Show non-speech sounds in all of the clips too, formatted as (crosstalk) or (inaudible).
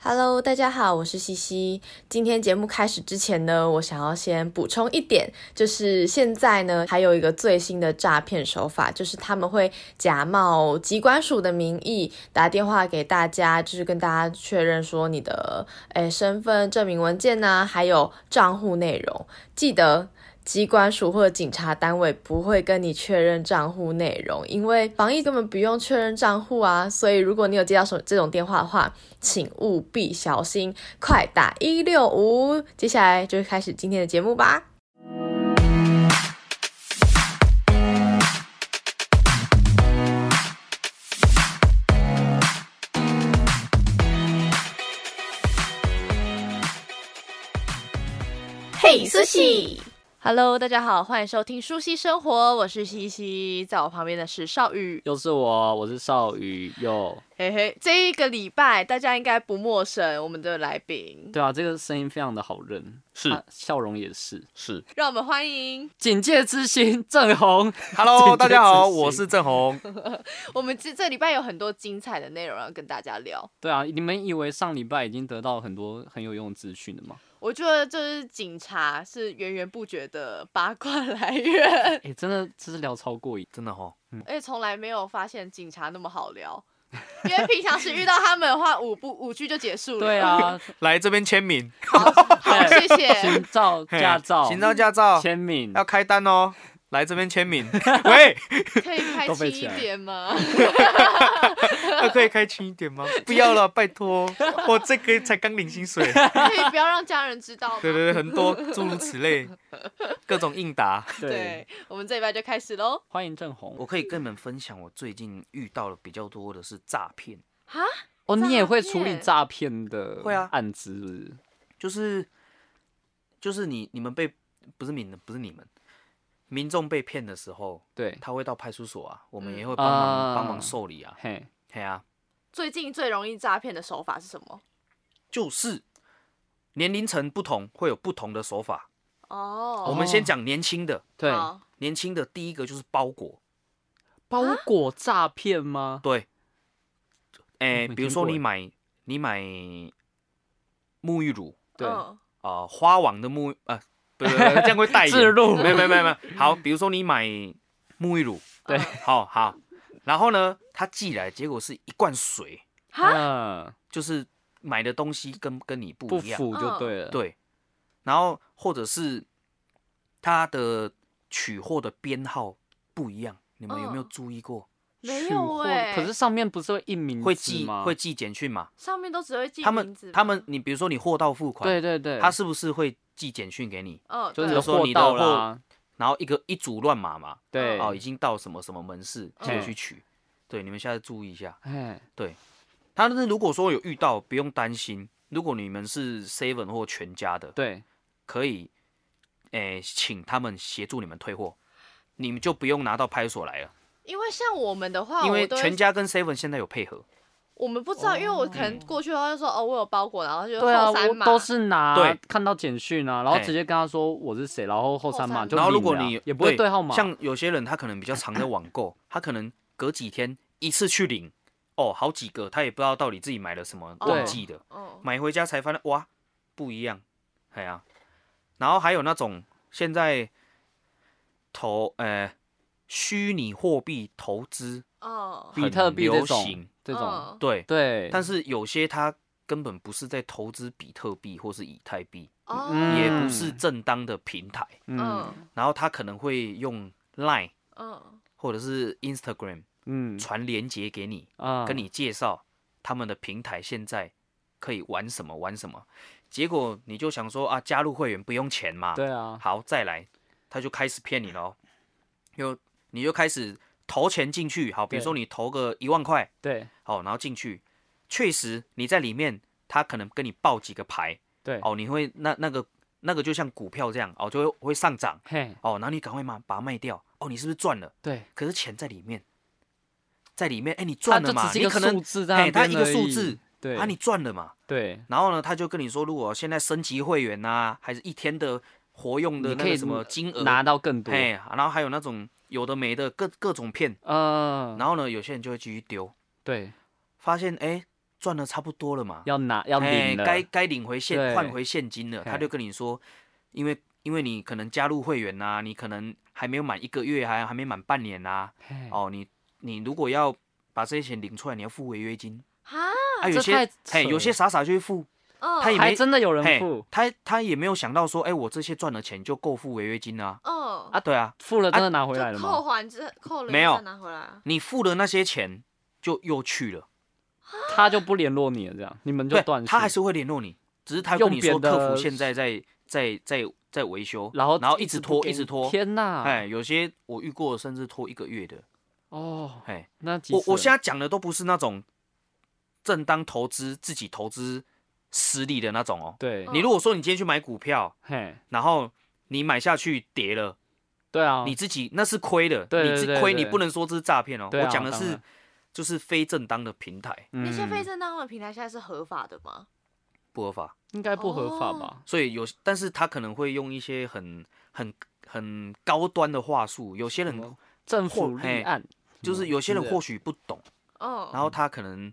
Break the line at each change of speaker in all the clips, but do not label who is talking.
Hello，大家好，我是西西。今天节目开始之前呢，我想要先补充一点，就是现在呢还有一个最新的诈骗手法，就是他们会假冒机关署的名义打电话给大家，就是跟大家确认说你的诶身份证明文件呐、还有账户内容。记得机关署或者警察单位不会跟你确认账户内容，因为防疫根本不用确认账户啊。所以如果你有接到什这种电话的话，请务必小心，快打一六五。接下来就开始今天的节目吧。
嘿，苏西，
Hello，大家好，欢迎收听《舒西生活》，我是西西，在我旁边的是少宇。
又是我，我是少宇又。
(laughs)
嘿嘿，这一个礼拜大家应该不陌生我们的来宾，
对啊，这个声音非常的好认，
是
啊笑容也是。
是
让我们欢迎
警戒之星郑红，
(laughs) ，Hello，
紧接着
大家好，
是
我是郑红。
我们这这礼拜有很多精彩的内容要跟大家聊。
(laughs) 对啊，你们以为上礼拜已经得到很多很有用的资讯了
(laughs)
吗？
我觉得就是警察是源源不绝的八卦来源，
哎、真的，这是聊超过瘾。
真的哦，
嗯
而且从来没有发现警察那么好聊，因为平常时遇到他们的话，五步五句就结束了。
对，
(laughs)
啊，
来这边签名，
好，谢谢
(laughs) 行。照、
嘿
驾照、
行照、驾照
签名，
要开单哦。来这边签名， (laughs) 喂，
可以开
都
轻
背
一
起来
点吗？
那可以开轻一点吗？不要了，拜托，我这个才刚领薪水。
可以不要让家人知道吗？
对对对，很多诸如此类，各种应答。
对，
对我们这礼拜就开始喽。
欢迎郑红。
我可以跟你们分享，我最近遇到的比较多的是诈骗，
哈，
哦，你也会
诈
处理
骗
诈骗的
会啊
案子是不是？
就是就是你你们被不是你们不是你们，民众被骗的时候，
对，
他会到派出所啊，我
嗯
们也会帮忙
啊
帮、忙受理啊，
嘿，
嘿啊，
最近最容易诈骗的手法是什么？
就是年龄层不同会有不同的手法，
哦，
我们先讲年轻的，
对，
好
年轻的第一个就是包裹，
包裹诈骗吗？
对，哎、
嗯没
比
听
如说
过
你
哎
买你买沐浴乳。
对，
嗯
呃花王的沐浴呃，不是不是这样会代言
(laughs) 自入
没有没有没有没有。好，比如说你买沐浴乳，
哎
对
嗯
好好，然后呢，他寄来结果是一罐水，
哈，
嗯，
就是买的东西跟跟你
不
不一样，
符就
嗯
对了。
对，然后或者是他的取货的编号不一样，你们有没有
嗯
注意过？
没
取
有
货
哎，
可是上面不是会印名
会
字
寄
吗？
会寄简讯嘛？
上面都只会记
他
名
们
字吧
他们，你比如说你货到付款，
对对对，
他是不是会寄简讯给你？
嗯，
就
比
是
对
如说
货
你的
到
货
啦，
然后一个一组乱码嘛，
对，
哦，已经到什么什么门
嗯
市，记
嘿
得去取。对，你们下次注意一下。
哎，
他但是如果说有遇到，不用担心。如果你们是 Seven 或全家的，
对，
可以，诶、请他们协助你们退货，你们就不用拿到派出所来了，
因为像我们的话，
因
我
为
都会
全家跟 Seven 现在有配合。
我们不知道，因为我可能过去的话就说哦，我有包裹，然后就
哦对啊，
后
我
三码
都是拿
对
看到简讯啊，然后
嘿
直接跟他说我是谁，然后后三码
后三码
就
然后如
领
果
了啊
你
也不会对号码，
像有些人他可能比较常在网
(laughs)
购，他可能隔几天一次去领，哦，好几个，他也不知道到底自己买了什么，
哦
忘记了。
嗯
买回家才发现哇，不一样，哎呀、然后还有那种现在投呃虚拟货币投资
哦
比特币这
流
种
行，
这种，
嗯
对，
对，
但是有些他根本不是在投资比特币或是以太币，
哦
嗯
也不是正当的平台，
嗯
嗯
然后他可能会用 Line
嗯
或者是 Instagram
嗯
传链接给你，
啊
跟你介绍他们的平台现在可以玩什么玩什么，结果你就想说啊，加入会员不用钱嘛，
对啊，
好再来，他就开始骗你喽，又你就开始投钱进去，好，比如
对
说你投个一万块，
对
好，然后进去，确实你在里面，他可能跟你报几个牌，
对，
哦，你会那那个那个就像股票这样，哦，就会会上涨，
嘿，
哦，然后你赶快嘛把它卖掉，哦，你是不是赚了？
对，
可是钱在里面，在里面，哎，你
它
赚
就
了
只
嘛？
是一
你
个
可能
数字在那
嘿它
边
一个
而
数
已
字，
对
啊，你赚了嘛？
对，
然后呢，他就跟你说，如果现在升级会员呐、还是一天的活用的
你
那
可
个
以
什么金额，
拿到更多，
嘿，然后还有那种有的没的各各种骗，
嗯，
然后呢，有些人就会继续丢，
对，
发现哎赚的差不多了嘛，
要拿要
哎
领了，
该该领回现
对
换回现金了，他
嘿
就跟你说，因为因为你可能加入会员呐、你可能还没有满一个月，啊还还没满半年呐、
嘿
哦，你你如果要把这些钱领出来，你要付违约金
啊，
啊，有
这
些
太
嘿
扯
有些
了
傻傻就会付，
嗯，
他也
还
没
真的有人
嘿
付，，
他他也没有想到说，哎，我这些赚的钱就够付违约金啊，
嗯，
啊，对啊，
付了真
啊
的拿回
就
来了
扣
吗？
还之扣了
没有
再拿回来啊，
你付了那些钱就又去了，
他就不联络你了，这样你们就
对
断，
他
线
还是会联络你，只是他跟
用
你说
别的
客服现在在在在在维修，
然后
然后一直
直
拖
不
一
给
直
你
拖，
天哪！
哎，有些我遇过甚至拖一个月的，
哦，
哎，
那急
我
死
我
了
现在讲的都不是那种正当投资自己投资失利的那种哦。
对
嗯
你如果说你今天去买股票，
嘿，
然后你买下去跌了，
对啊，
你自己那是亏的，
对对
你
对
是亏，
对
你不能说这是诈骗哦。
对啊
我讲的
当
是
然嗯
就是非正当的平台
那
那
些非正当的平台现在是合法的吗？
不合法，
应该不合法
哦
吧？
所以有，但是他可能会用一些很很很高端的话术，有些
什
人
么政
或
府立
嘿
案
就是有些人
之类的
或许不懂。
嗯，
然后他可能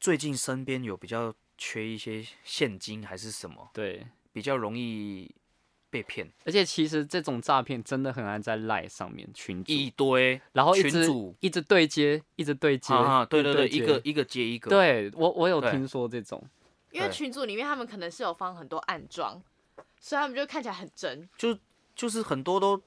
最近身边有比较缺一些现金还是什么，
对，
比较容易被骗
而且其实这种诈骗真的很难在赖上面群主，
一堆
然后一
群
直
主
一直对接，一直对接，
啊，对
一直
对对，一
接
个一个接一个，
对我我有
对
听说这种，
因为
对
群组里面他们可能是有放很多暗装，所以他们就看起来很真。
就就是很多都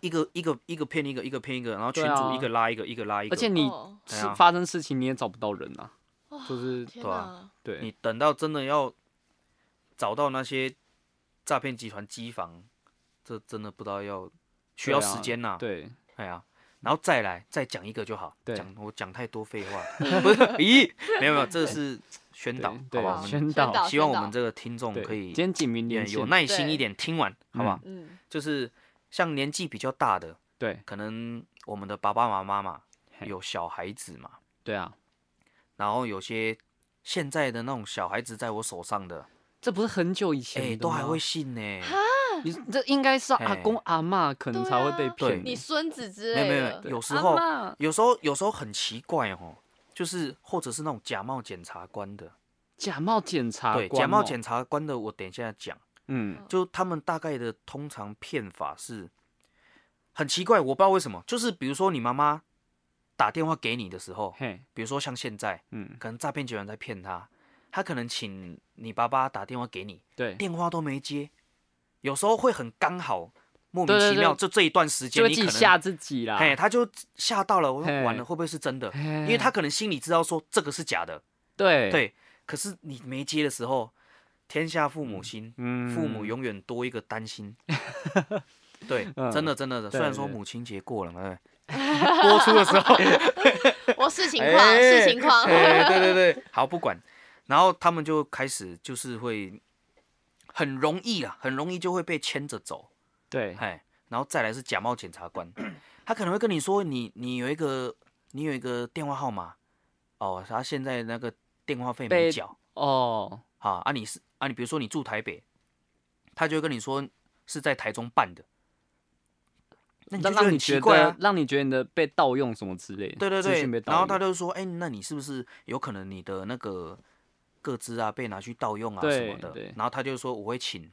一个一个一个骗一个，一个骗一个，然后群
对啊
主一个拉一个，一个拉一个，
而且你
哦
对
是
啊
发生事情你也找不到人啊，
哇
就是
天
对啊
哪，
对
你等到真的要找到那些诈骗集团机房，这真的不知道要需
对
要
啊
时间呐、
对，
哎呀，然后再来再讲一个就好。
对
讲我讲太多废话，
嗯
不是？咦，没有没有，这是宣导，
对
好吧？
对
我
宣
们
导
导
希
宣
望我
导
们这个听众
对，
可以
今天警民
也
连
有
线
耐心
对
一点听完，好不好？
嗯，
就是像年纪比较大的，
对
可能我们的爸爸妈妈嘛，
嘿
有小孩子嘛，
对
哎
啊，
然后有些现在的那种小孩子在我手上的，
这不是很久以前
哎，
的
都还
吗
会信呢。
你这应该是阿公阿妈可能
对
才会
啊
被
对
骗
你
欸，
孙子之
没有
类
没
的
有，，有时
阿
候
嬷
有时候有时候很奇怪哦，就是或者是那种假冒检察官的。
假冒检察
对，
官，哦
假冒检，察官的我等一下讲，
嗯，
就他们大概的通常骗法是很奇怪，我不知道为什么，就是比如说你妈妈打电话给你的时候，
嘿，
比如说像现在，
嗯，
可能诈骗集团在骗他，他可能请你爸爸打电话给你，
对，
电话都没接，有时候会很刚好，莫名
对对
其妙，
对
就这一段时
就
间
会
你
自
可
己
能
吓自己啦，
嘿，他就吓到了，我说
嘿
完了会不会是真的？因
因
为他可能心里知道说这个是假的，
对，
对，可是你没接的时候，天下父母心，
嗯
父母永远多一个
(laughs)
担心。对，
嗯
真的真的，虽然说
对对
母亲节过了嘛，对不对播出的时候，
我视情况，
哎
视情况，
哎
(laughs)
对对对，好不管，然后他们就开始就是会很容易啊，很容易就会被牵着走，
(laughs) 对，
哎，然后再来是假冒检察官，他可能会跟你说你你有一个你有一个电话号码，哦，他现在那个电话费没
被
缴，
哦，
啊啊你是啊你比如说你住台北，他就会跟你说是在台中办的，那你就
让
觉得
让
很
你
奇
觉
怪
得
啊。
让你觉得你的被盗用什么之类，
对对
资讯被，
对
盗
然后他
用
就说，哎、那你是不是有可能你的那个个资啊被拿去盗用啊
对
什么的
对？
然后他就说我会请，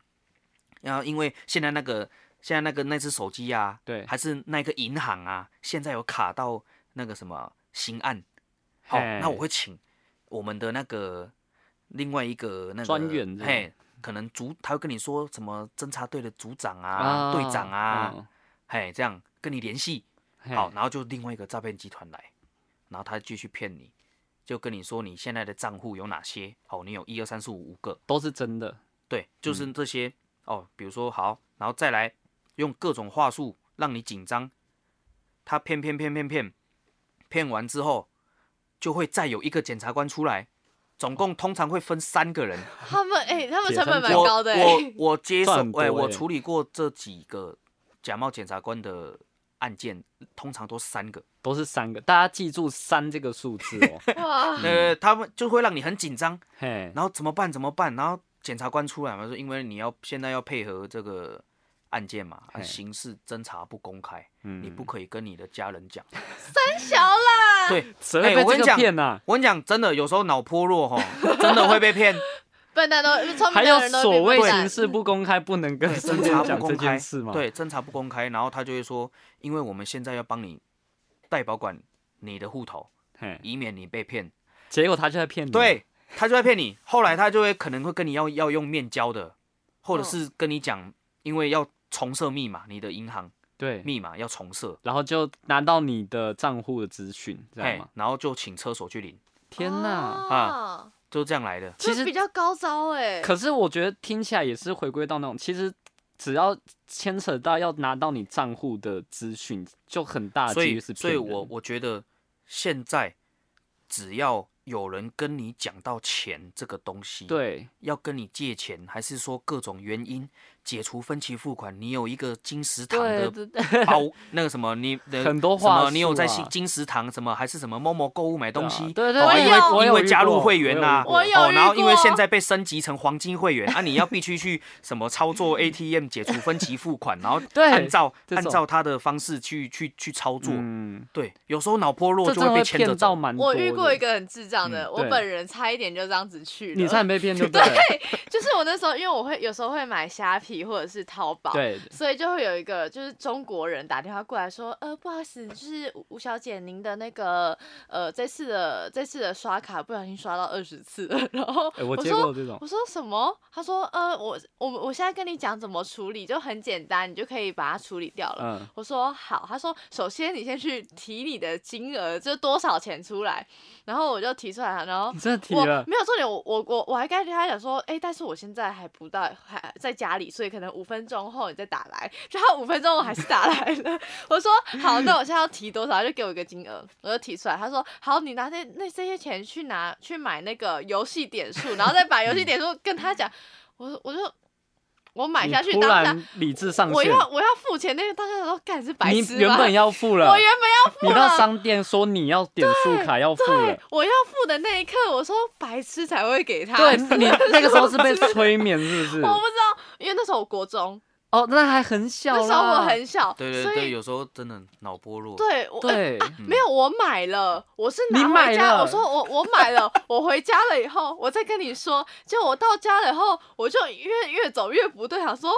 然后因为现在那个现在那个那只手机啊，
对
还是那个银行啊，现在有卡到那个什么刑案，好、
嘿
那我会请我们的那个另外一个那个
专员这种
嘿，可能组他会跟你说什么侦察队的组长啊、队长啊，，
嗯
嘿，这样跟你联系，
嘿
好，然后就另外一个诈骗集团来，然后他继续骗你，就跟你说你现在的账户有哪些，好，你有一二三四五五个，
都是真的，
对，
嗯
就是这些、哦，比如说好，然后再来用各种话术让你紧张，他骗骗骗骗骗，骗完之后就会再有一个检察官出来，总共通常会分三个人，
(laughs) 他们哎，他们
铁
成本
三
蛮
角
高
我
的哎，
我我接手
赚很，多
哎、
欸
我处理过这几个假冒检察官的案件，通常都三个，
都是三个，大家记住三这个数字
(laughs)
哦，
哇，
呃，他们就会让你很紧张，
嘿，
然后怎么办？怎么办？然后检察官出来嘛，说因为你要现在要配合这个案件嘛，啊、
嘿
刑事侦查不公开，
嗯
你不可以跟你的家人讲。
小啦，
对，
谁
哎
会被
我跟
这
你
个
讲
骗呐？
我跟你讲，真的有时候脑波弱哈，真的会
(laughs)
被骗。
笨蛋都聪明
还
的
有
人都
所谓
被笨
刑
蛋
事不公开，不能跟身
侦
边
查
人讲
不
这
公开
件事吗？，
对，侦查不公开，然后他就会说，因为我们现在要帮你代保管你的户头，
嘿，
以免你被骗。
结果他就在骗你。，
对他就在骗你，后来他就会可能会跟你要要用面交的，或者
嗯
是跟你讲，因为要重设密码，你的银行
对，
密码要重设，
然后就拿到你的账户的资讯，这样
哎
吗？，
然后就请车手去领，
天
哦
哪！
啊，
就这样来的。
这
其实
比较高招哎，
可是我觉得听起来也是回归到那种，其实只要牵扯到要拿到你账户的资讯，就很大的
所
几
以，
率啊是
所
骗
以
人。
我我觉得现在只要有人跟你讲到钱这个东西，，
对
要跟你借钱，还是说各种原因解除分期付款，你有一个金石堂的哦
对
(laughs)
对，
包，那个什么，你的
很多
什么
话、
你有在
信
信金石堂什么，还是什么某某购物买东西？
对啊对
哦
我
对，
因
有
为
我
因
有
为
遇
加入
过
会员呐、
我有遇过
哦，然后因为现在被升级成黄金会员，啊，你要必须去什么操作 ATM 解除分期付款，然后
嗯对
按照
这
按
种
照他的方式去去去操作。
嗯，
对，有时候脑波弱
这
就
真的
被
会
牵着
骗
走
到。蛮多
我
的。
遇过一个很智障的，
嗯
我
对
本人差一点就这样子去了。
你差点被
(laughs)
骗，就对了。
对，就是我那时候，因为我会有时候会买虾皮或者是淘宝，
对，
所以就会有一个就是中国人打电话过来说，呃，不好意思，就是吴吴小姐您的那个呃这次的这次的刷卡不小心刷到二十次了， (laughs) 然后
哎我接
说
过这种
我说什么？他说呃我我我现在跟你讲怎么处理，就很简单，你就可以把它处理掉了。
嗯，
我说好，他说首先你先去提你的金额，就多少钱出来，然后我就提出来了，然后
你真的提
(laughs) 我
了，
没有重点，我我我我还跟他讲说，哎、但是我现在还不到，还在家里，所以可能五分钟后你再打来。就他五分钟后还是打来了。 (laughs) 我说好，那我现在要提多少？他就给我一个金额，我就提出来。他说好，你拿那那这些钱去拿去买那个游戏点数，然后再把游戏点数跟他讲。我我就我买
你
下去
突
当下，
然理智上
我
线，
要我要付钱，那个当下想说干是白
你
痴
原
吗？
本要付了，
我原本要付
你
了
到商店说你要点数卡要付
对
了，，
我要付的那一刻，我说白痴才会给他。 (laughs)
对你那个时候是被催眠是不是？
哦我不知道，因为那时候我国中，
哦，那还很小
那
啦，
时候我很小，
对对
所
对，
以
有时候真的脑波弱。
对我呃
对，
嗯
没有我买了，我是
你
拿
买
回家，
了
我说我我买了，我回家了以后，我再跟你说，结果我到家了以后，我就越越走越不对，想说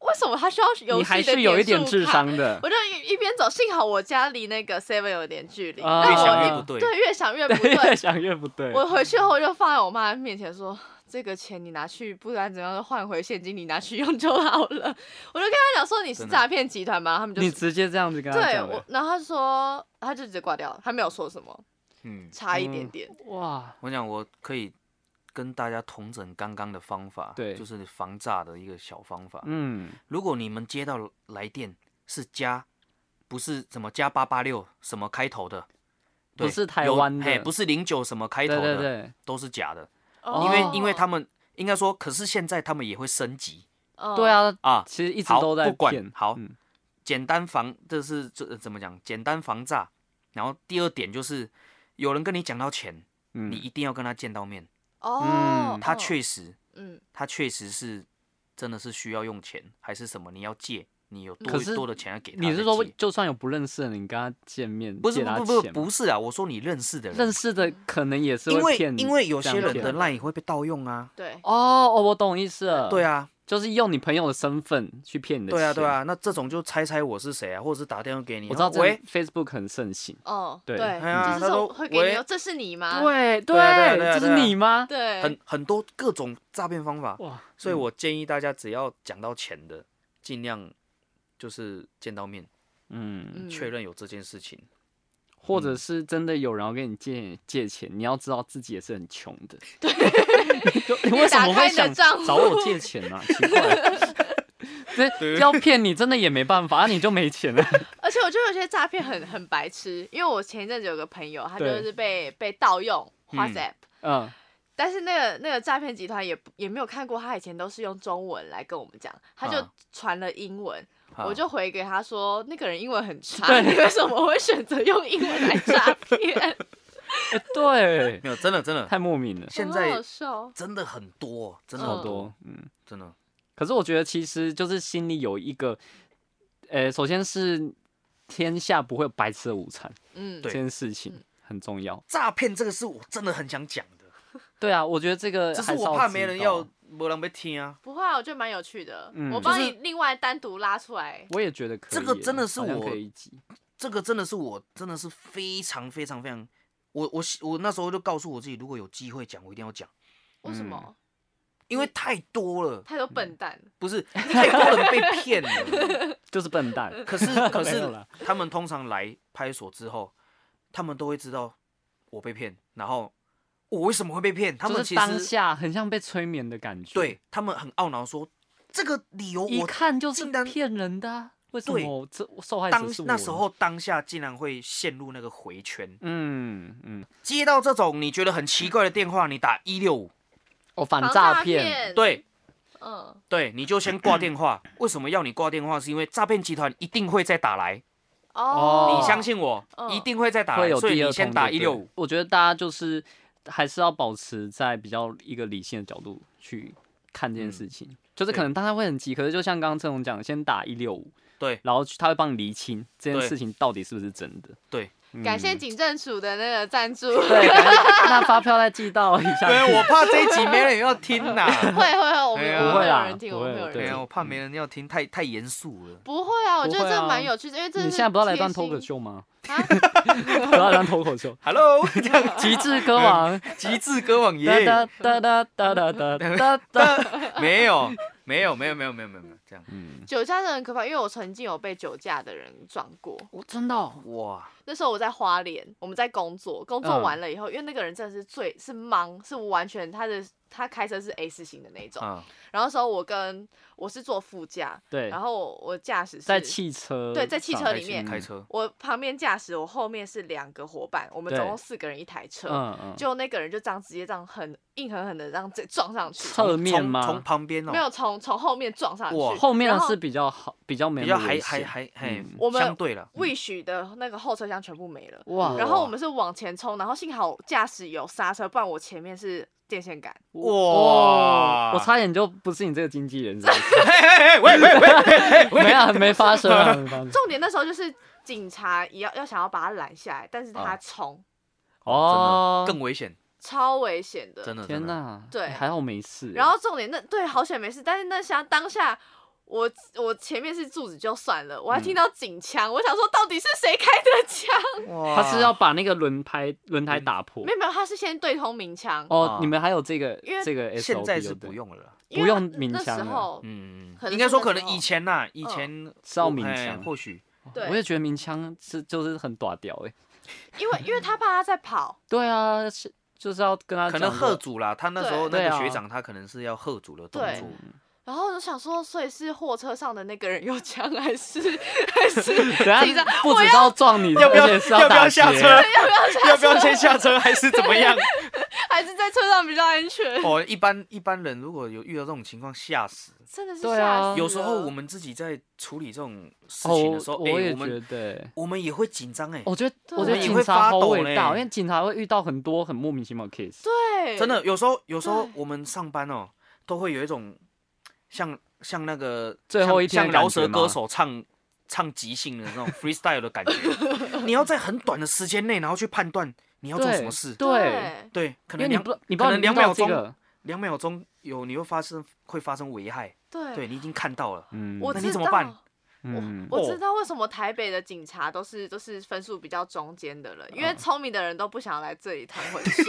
为什么他需要游
你
戏的
还是有一点
点数
智
卡。
商的。
我就一一边走，幸好我家离那个 Seven 有点距离，
啊
那
越
我一
想越不对。
对，越想越不
对，
对
越。想越不对。
我回去后就放在我妈面前说：“这个钱你拿去，不管怎样都换回现金，你拿去用就好了。”我就跟他讲说：“你是
真的
诈骗集团吗？”他们就
你直接这样子跟他
对
讲
我
的，，
然后他说他就直接挂掉了，他没有说什么，
嗯，
差一点点。
哇，
我想我可以跟大家同整刚刚的方法，
对
就是防诈的一个小方法。
嗯，
如果你们接到来电是加，不是什么加八八六什么开头的，对
不是台
有
湾的
嘿，不是零九什么开头
对
的，
对对，
都是假的，
哦
因为因为他们应该说，可是现在他们也会升级
哦
对，啊，
啊，
其实一直
好
都在
不管
骗。
好
嗯
简单防这是这呃怎么讲？简单防诈，然后第二点就是有人跟你讲到钱，你
嗯，
一定要跟他见到面，
哦
嗯，
他
哦
确实
嗯
他确实是真的是需要用钱，还是什么？你要借，你有多
可是
多的钱要给他再借。
你是说就算有不认识的人，你跟他见面，
不是
借他
不不不
钱
不是啊？我说你认识的人，
认识的可能也是
因
会
为
骗你，
因为有
这
些
样
人
骗
的赖也会被盗用啊。
对
哦哦，我懂意思了，
对
啊，
啊，
就是用你朋友的身份去骗你的
对啊，
钱，
对，啊，那这种就猜猜我是谁啊，或者是打电话给你，
我知道
然后喂
这，Facebook 很盛行，
哦
对
对，
哎呀
就是
他
说
说
会给你
喂
哦，这是你吗？
对对
对啊对啊
这
对
是
啊
你吗？
对，
很很多各种诈骗方法，
哇，
所以我建议大家只要讲到钱的，尽量就是见到面
嗯，
嗯
确认有这件事情。
或
嗯
者是真的有人要跟你借借钱，你要知道自己也是很穷
(laughs)
的，对，你为什么
打
会
开你
想
的账户
找我借钱呢、啊？奇怪。 (laughs) 这要骗你真的也没办法，啊、你就没钱了。 (laughs)
而且我觉得有些诈骗很很白痴，因为我前一阵子有个朋友，他就
对
是被被盗用
嗯
WhatsApp，
嗯，
但是那个那个诈骗集团也不也没有看过，他以前都是用中文来跟我们讲，他就
嗯
啊
传了英文，
啊
我就回给他说，那个人英文很差，
对
你为什么会选择用英文来诈
(laughs)
骗？
欸对，
没有，真的真的，
太莫名了，
现
很
在
好笑，哦
真的很多，真
嗯
的
好
很
多，嗯，
真的。
可是我觉得其实就是心里有一个，呃，首先是天下不会有白吃的午餐
嗯，
这
对
件事情很重要。
诈骗这个是我真的很想讲的，
对啊，我觉得这个
只是
还
我
要
怕
知
没人
道
要，没人要听啊。
不会啊，我觉得蛮有趣的，
嗯
我帮
就
你
是
另外单独拉出来。
我也觉得可以耶。
这个真的是
好像
我
可以一集
这个真的是我真的是非常非常非常，我我我那时候就告诉我自己，如果有机会讲，我一定要讲，
为什
嗯
么？
因为太多了，
太多笨蛋，
不是太多人被
(laughs)
骗了。
就是笨蛋。
可是可
没有
是
啦
他们通常来派出所之后，他们都会知道我被骗，然后我为什么会被骗？他
就
们
是
其
当
实
下很像被催眠的感觉。，
对他们很懊恼说，这个理由
一
我
看就是
竟然
骗人的啊、为什
对
么这受害
当
者是我呢？
那时候当下竟然会陷入那个回圈，
嗯嗯，
接到这种你觉得很奇怪的电话，你打一六五，
哦，反
防
诈骗，
骗，，
对。
嗯，
对，你就先挂电话。为什么要你挂电话？是因为诈骗集团一定会再打来，
哦，
你相信我，
嗯
一定会再打
会
来，
有
所以
第二
你先打
通
一
就对
六
了
五。。
我觉得大家就是还是要保持在比较一个理性的角度去看这件事情，就是可
嗯对
能大家会很急，可是就像刚刚郑总讲，先打一六五， (laughs)
对
然后去他会帮你厘清这件
对
事情到底是不是真的。嗯
对
嗯感谢警政署的那个赞助，
对，感觉 (laughs) 那发票再寄到一下。
对，我怕这一集没人要听
(laughs)
呐、
(laughs) 会会会，我
哎
们我们
呀不
会
会
有
啦
人听，
啊不
我
会
们会有
对
没
人
有，
听。
我怕没人要听，太太严肃了。
不会啊，我觉
不
得
会
这
啊
蛮有趣的，因为这
你
是
现在不要来当
贴心
脱口秀吗？
啊
(laughs) 不要来当脱口 (laughs) 秀，
Hello，这 (laughs) 样
极致歌王，
极致歌王
(laughs)
哒
爷，
哒哒哒哒哒哒 (laughs) 哒哒。
没有，没有，没有，没有，没有，没有，没有，这样。
嗯，
酒驾真的很可怕，因为我曾经有被酒驾的人撞过。
我真的哦
哇，
那时候我在花莲，我们在工作，工作
嗯
完了以后，因为那个人真的是醉，是懵，是完全他的他开车是 S 型的那种。
嗯，
然后那时候我跟我是坐副驾，
对，
然后我我驾驶是
在汽车上，
对在汽车
开
里面
心开车，
我旁边驾驶，我后面是两个伙伴，我们
对
总共四个人一台车。
嗯嗯，
就那个人就这样直接这样很硬狠狠的这样直接撞上去，
侧面
从从
吗？
旁边
没
哦，
有从从后面撞上去。
哇
后面
然
的
后
是比较好，比较没
比
那
较
么
还
危
还
险
还嘿
嗯，
我们
相对了，
Wish 的那个后车厢全部没了。
哇
然后我们是往前冲，然后幸好驾驶有刹车，不然我前面是电线杆。
哦
哇，
我差点就不是你这个经纪人，是不 (laughs) 是
嘿嘿嘿，喂喂喂，
没有没发生 (laughs) 啊，没发生
重点那时候就是警察也要要想要把他拦下来，但是他
啊
冲，
哦，
更危险，
超危险的。
真的，
天
哪，
哪，
对
还好没事。
然后重点那对好险没事，但是那下当下我我前面是柱子就算了，我还听
嗯
到警枪，我想说到底是谁开的枪？ (laughs)
哇
他是要把那个轮胎轮胎打破
没。有没有，他是先对通鸣枪，
哦
啊，
你们还有这个
因为
这个 SOP
现在是
就对
不用了啦。
因为
不用
那
鸣枪
那时
了
候，
嗯
可，能
应该
是
说
那
可
时
能以
候
前呐，以
嗯
前
是要
我
鸣
哎
枪
或许
对，
我也觉得鸣枪是就是很短屌哎。
因为因为他怕他在跑，
对啊，是就是要跟他
可
讲
能
说
贺主啦，他那时候
对
那
对
个
啊
学长他可能是要贺主的动
对
作，
然后我就想说，所以是货车上的那个人有枪， (laughs) 还是还是
等
(laughs)
下
自己在
啊不只是要撞
(laughs)
你，
要不要
而且是
要不
打
要
劫
下车？？要不要先下车还是怎么样？
还是在车上比较安全？
哦，一般一般人如果有遇到这种情况，吓死。
真的是
对
吓
啊
死了
有时候我们自己在处理这种事
哦，
情的时候，
我
哎，
我也
我
觉
们
得欸。
我们也会紧张哎，
我觉得，
对
我觉
我
得
也
警
会
察
发
好
抖
伟
嘞
大哦，因为警察会遇到很多很莫名其妙的 case。
对，
真的有时候有时候
对
我们上班哦，都会有一种像像那个
最后
像
一天的
像
感
饶
觉
舌歌
吗
手唱。唱即兴的那
(laughs)
种 freestyle 的感觉，你要在很短的时间内，然后去判断你要做什么事。
对，
对，
对，可
因为
能
你
两
不你不知
可
道
能
你
两
遇到
秒
这
钟
个，
两秒钟有你会发生会发生危害，
对
对你已经看到
(laughs)
了，
嗯，
我
那
知
你
道
怎么办
嗯
我
哦
知道为什么台北的警察都是都是分数比较中间的人，因
嗯
为聪明的人都不想来这里趟浑
(laughs)
水。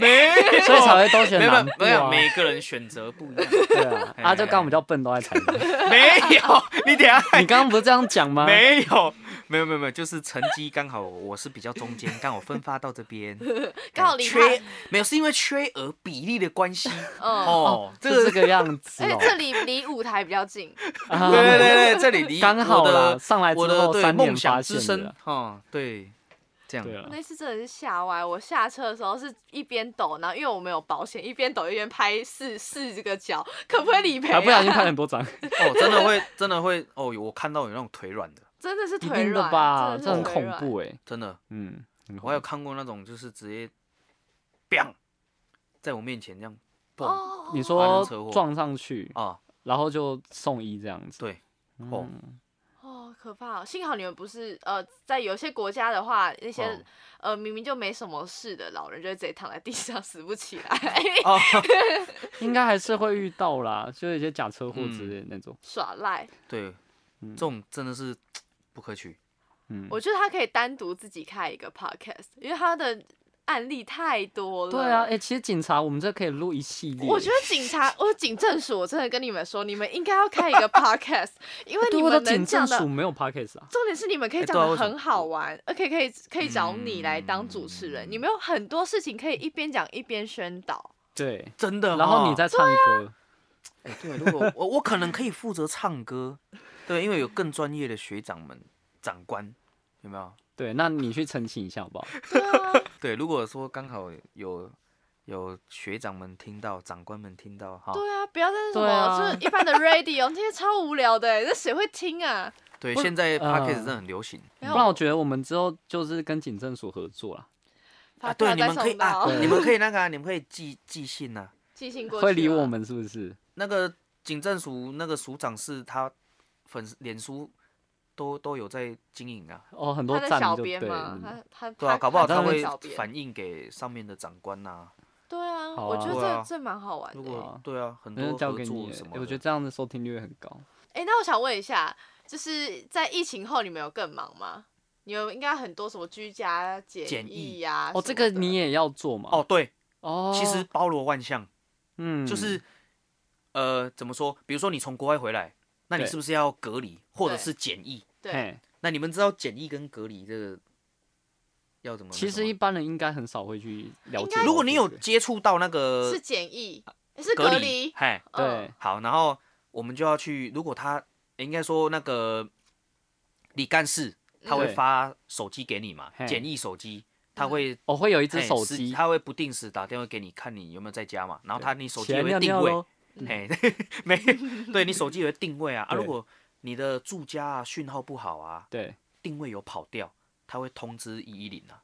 没有
所以才会都选
没有
南部
没有，
啊。 (laughs)
每个人选择不
(laughs)
一样，
对啊，
哎
啊，就刚我们叫笨都在台北。
没有，你等一下
(laughs) 你刚刚不是这样讲吗？
没有没有没有没有，就是成绩刚好我是比较中间，刚好分发到这边，
(laughs) 刚好
哎
离
缺
开
没有是因为缺额比例的关系
嗯，
哦，这
是
个
这个样子
而且
哦。
这里离舞台比较近，
啊
对
(laughs)
对对对，这里离
刚好
我
啦，
的
上来之
我的
后
对
三点
梦
发
想
现
之
的
声
啊。
哦， (laughs) 对，这样
对啊，
那次真的是吓歪。我下车的时候是一边抖，然后因为我没有保险，一边抖一边拍四四这个脚，可不可以理赔、
还
啊？
不小心拍很
(laughs)
多张，
哦，真的会真的会哦，我看到有那种腿软的，
真的是
一
腿
定的
软，
吧？
真
这
的
很
是腿
恐
软
怖哎。
真的，
嗯，很
我还有
恐
看过那种就是直接，biang，在我面前这样，
哦
蹦
哦。哦
欸怖你
发
说
生车祸
撞上去，
啊，
然后就送医这样子。
对，哦
嗯，
哦，可怕、哦！幸好你们不是呃，在有些国家的话，那些、
哦
呃明明就没什么事的老人，就会直接躺在地上死不
(laughs)
起来，哎
哦，
应该还是会遇到啦，就有一些假车祸
嗯
之类的那种。
耍赖。
对，
嗯
这种真的是不可取。
嗯，
我觉得他可以单独自己开一个 podcast，因为他的案例太多了。
对啊，哎、其实警察我们这可以录一系列。欸
我觉得警
(laughs)
察，我警政署，我真的跟你们说，你们应该要开一个
(laughs)
podcast，因为
哎对
你
我的
们能
警
讲
政
的，
署没有 pockets 啊。
重点是你们可以
哎
讲
对啊
的
为什么嗯
很好玩，而且可以可以找你来当主持人，你们有很多事情可以一边讲一边宣
(laughs)
导。
对，
真的哦，
然后你在唱
啊
歌。
哎对，如果我我可能可以负责唱歌，对，因为有更专业的学长们、长官，有没有？
对，那你去澄清一下好不好？
对啊，
对，如果说刚好有有学长们听到、长官们听到，哈，
对啊，不要再是什么、
对啊
就是一般的 radio 那些超无聊的、那谁会听啊？
对，
不
现在 p
呃
o d c a s 真的很流行。
没
不然我
有，
觉得我们之后就是跟警政署合作啦，
发
啊，
票
对，你
再
们可以
送
啊
到，，
(laughs)
你们可以那个啊，你们可以寄寄信啊。
寄信过去
会理
了
我。们是不是？
那个警政署那个署长是他粉丝脸书都都有在经营啊，
哦，很多
他在
站
小
就对嗯
编嘛，
了，
他他
对啊，搞不好
他
他
在
会
小编
反映给上面的长官呐、
对啊，
好
我
啊
觉得
对啊
这这蛮好玩
如
的欸。
果对啊，很
那就
多
交
合
给你
作
了
什，么
哎
的，
我觉得这样的收听率会很高。
哎，那我想问一下，就是在疫情后，你们有更忙吗？你们应该很多什么居家检
检
疫啊
疫
呀、
哦，这个你
也
也要做嘛？
哦，对，
哦，
其实包罗万象，
嗯，
就是呃，怎么说？比如说你从国外回来，那你
对
是不是要隔离或者
对
是检疫？
对，
嘿，
那你们知道检疫跟隔离这个要怎么那
其
个
实一
吗？
般人应该很少会去了
应
解
该
到
如果你有
这个
接触到那
呃
个
是检疫，是
隔
离，
嘿，
嗯
啊对，
好，然后我们就要去，如果他应该说那个李干事他会
对
发手机给你嘛
嘿，
简易手机，他会
哦，会有一只
嘿
手
哎是
机，
他会不定时打电话给你，看你有没有在家嘛，然后他你手
起
机
来
也会
尿
定
尿
位，
咯嗯
嘿，没，对你手机也会定位啊，啊，
对
如果你的住家啊讯号不好啊，
对，
定位有跑掉，他会通知一一零啊，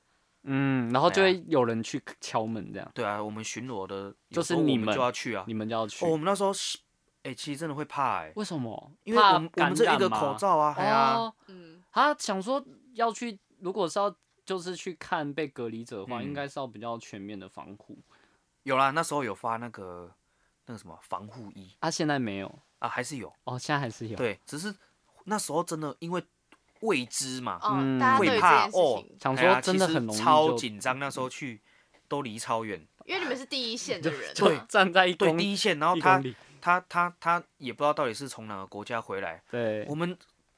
嗯，然后就
哎呀
会有人去敲门，这样
对啊，我们巡逻的有
就
时
是
候我
你
们
们
就要去啊，
你们就要去
哦，我。们那时候是，哎，其实真的会怕哎。
为什么？
因为
怕
我们我
感
们这一
染
个
吗
口罩啊，哎呀，
哦，
嗯，
他想说要去，如果是要就是去看被隔离者的话，
嗯
应该是要比较全面的防护。
有啦，那时候有发那个那个什么防护衣
啊，现在没有
啊，还是有，
哦，现在还是有。，
对，只是那时候真的因为未知嘛，
哦，
嗯
大家对
会
于
怕
这件事
哦
情，，
想
哎呀
说真的
其实
很容易
超
就嗯
紧张，那时候去都离超远，
因为你们是第一
(laughs)
线的人、啊，
就站在一
对
公
第一线，然后
一
他
公里，
他他他也不知道到底是从哪个国家回来，
对
我，们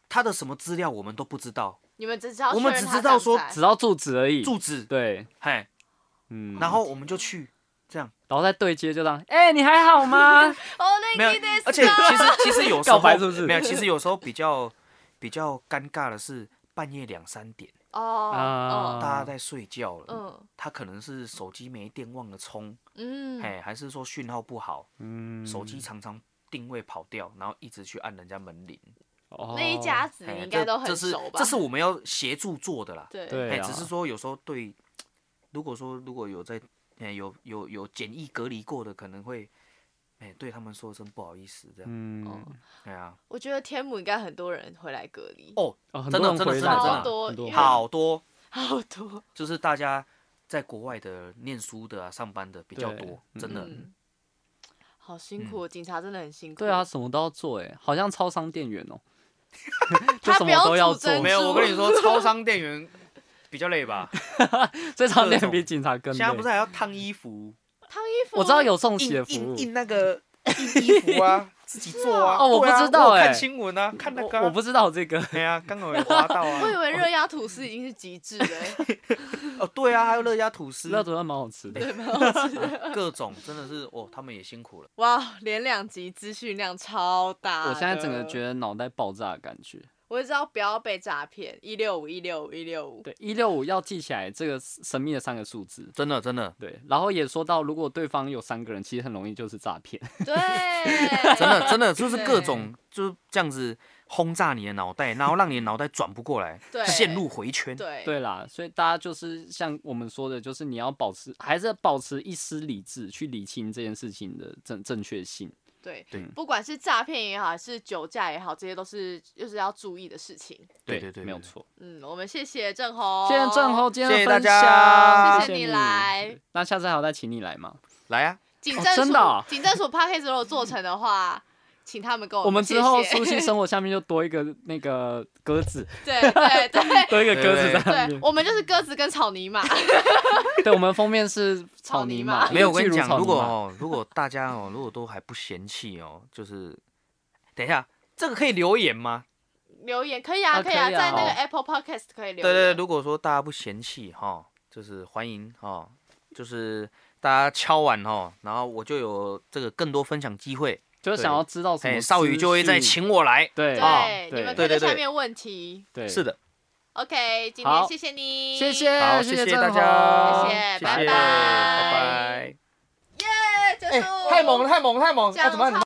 他的什么资料我们都不知道，
你们只知道
我们
确认
只
他
知道
在不
说
在
只要住址而已。
住址，
对，
嘿，
嗯，
然后我们就去，
然后再对接就让，哎，你还好
(laughs)
吗？
哦，
没
那
有
个得，
而且其实其实有时候
(laughs) 告白是不是
没有，其实有时候比较比较尴尬的是半夜两三点，
哦哦，
(laughs) 啊
大家在睡觉了，
嗯
他可能是手机没电忘了充，
嗯，
哎、还是说讯号不好，
嗯，
手机常常定位跑掉，然后一直去按人家门铃，
哦
那一家子
哎
你应该都
这
很
是
熟吧？
这是我们要协助做的啦，
对
对
哎、
啊
只是说有时候对，如果说如果有在，哎、有有有简易隔离过的，可能会，哎、对他们说声不好意思这样，
哦
嗯，
哎呀、
我觉得天母应该很多人回来隔离，
哦，
哦，很
真
多
的
人
真的
回
真的
来
真的
啦
超多
很多人
因为
回来
好多
好多，
就是大家在国外的念书的啊、上班的比较
对
多，真的。
嗯， (laughs) 好辛苦哦，警察真的很辛苦。
嗯对啊，，什么都要做哎，好像超商店员哦，
(laughs)
他
就什
不
么
用
都要
煮
做，
珍
没有，我跟你说，超商店员比较累吧？
所以商店
各
员
种
比警察更
现在不是
累。
还要烫衣服、
烫衣服，
我知道有送洗
印
的服务
印，印那个印衣服啊，自己做啊。
哦我不
对啊
知道
我有
欸
看新闻啊，看那个啊。
我我不知道这个。
(laughs) 哎呀，刚好有滑到啊
(laughs) 我。以
哦
为热压吐司已经是极致了
(laughs)
欸，
哦，对啊，还有乐家吐司，
那煮饭蛮好吃的，
各种真的是哦，他们也辛苦了。
哇，连两集资讯量超大。
我现在整个觉
得，
得脑袋爆炸的感觉。
我就知道不要被诈骗，一六五一六五一六五。
对，一六五要记起来这个神秘的三个数字。
真的，真的，
对，然后也说到，如果对方有三个人，其实很容易就是诈骗。
对，
(laughs)
(laughs)
真的，真的就是
对
各种就是这样子轰炸你的脑袋，然后让你的脑袋转不过来，
对
陷入回圈。
对
对啦，所以大家就是像我们说的，就是你要保持，还是要保持一丝理智去理清这件事情的正正确性。
对
对
不管是诈骗也好，还是酒驾也好，这些都是就是要注意的事情。
对对对，
没有
对。哦
错。
嗯，我们谢谢郑红，
谢谢郑宏啊今天
谢
的
谢大
分享，
家
谢谢你来。
那下次还要再请你来吗？
来啊，
警
哦
政署，
真的哦
警政署 p a c k a g e 如果做成的话，请他们跟
我们
们
之后
哦谢谢
熟悉生活下面就多一个那个鸽子，
对对
(laughs)
对
多一个鸽子在那
对
边，。
我们就是鸽子跟草泥马，
对，我们封面是草泥马，
草
没有，我
哎一个
跟你
巨
讲，
草泥
如果
马
哦，如果大家哦，如果都还不嫌弃哦，就是等一下，这个可以留言吗？
留言可以啊，
啊
可以啊，
可以啊
在那个
哦
Apple Podcast 可以留言。
对对，对如果说大家不嫌弃哈、就是欢迎哈、就是大家敲完哈、然后我就有这个更多分享机会，
就是想要知道什
哎，
么，
少宇就会再请我来。
对
哦
对，你们可
对
以在
对对
下
对
面问题。
对，
是的，
OK，今天
好
谢谢你，
谢谢，
哎
好，
谢
谢
郑
大
宏
家，
谢谢
谢
拜拜
拜拜。
耶，结束。
哎太猛了，太猛了，太猛了！
讲
啊，怎么办？
超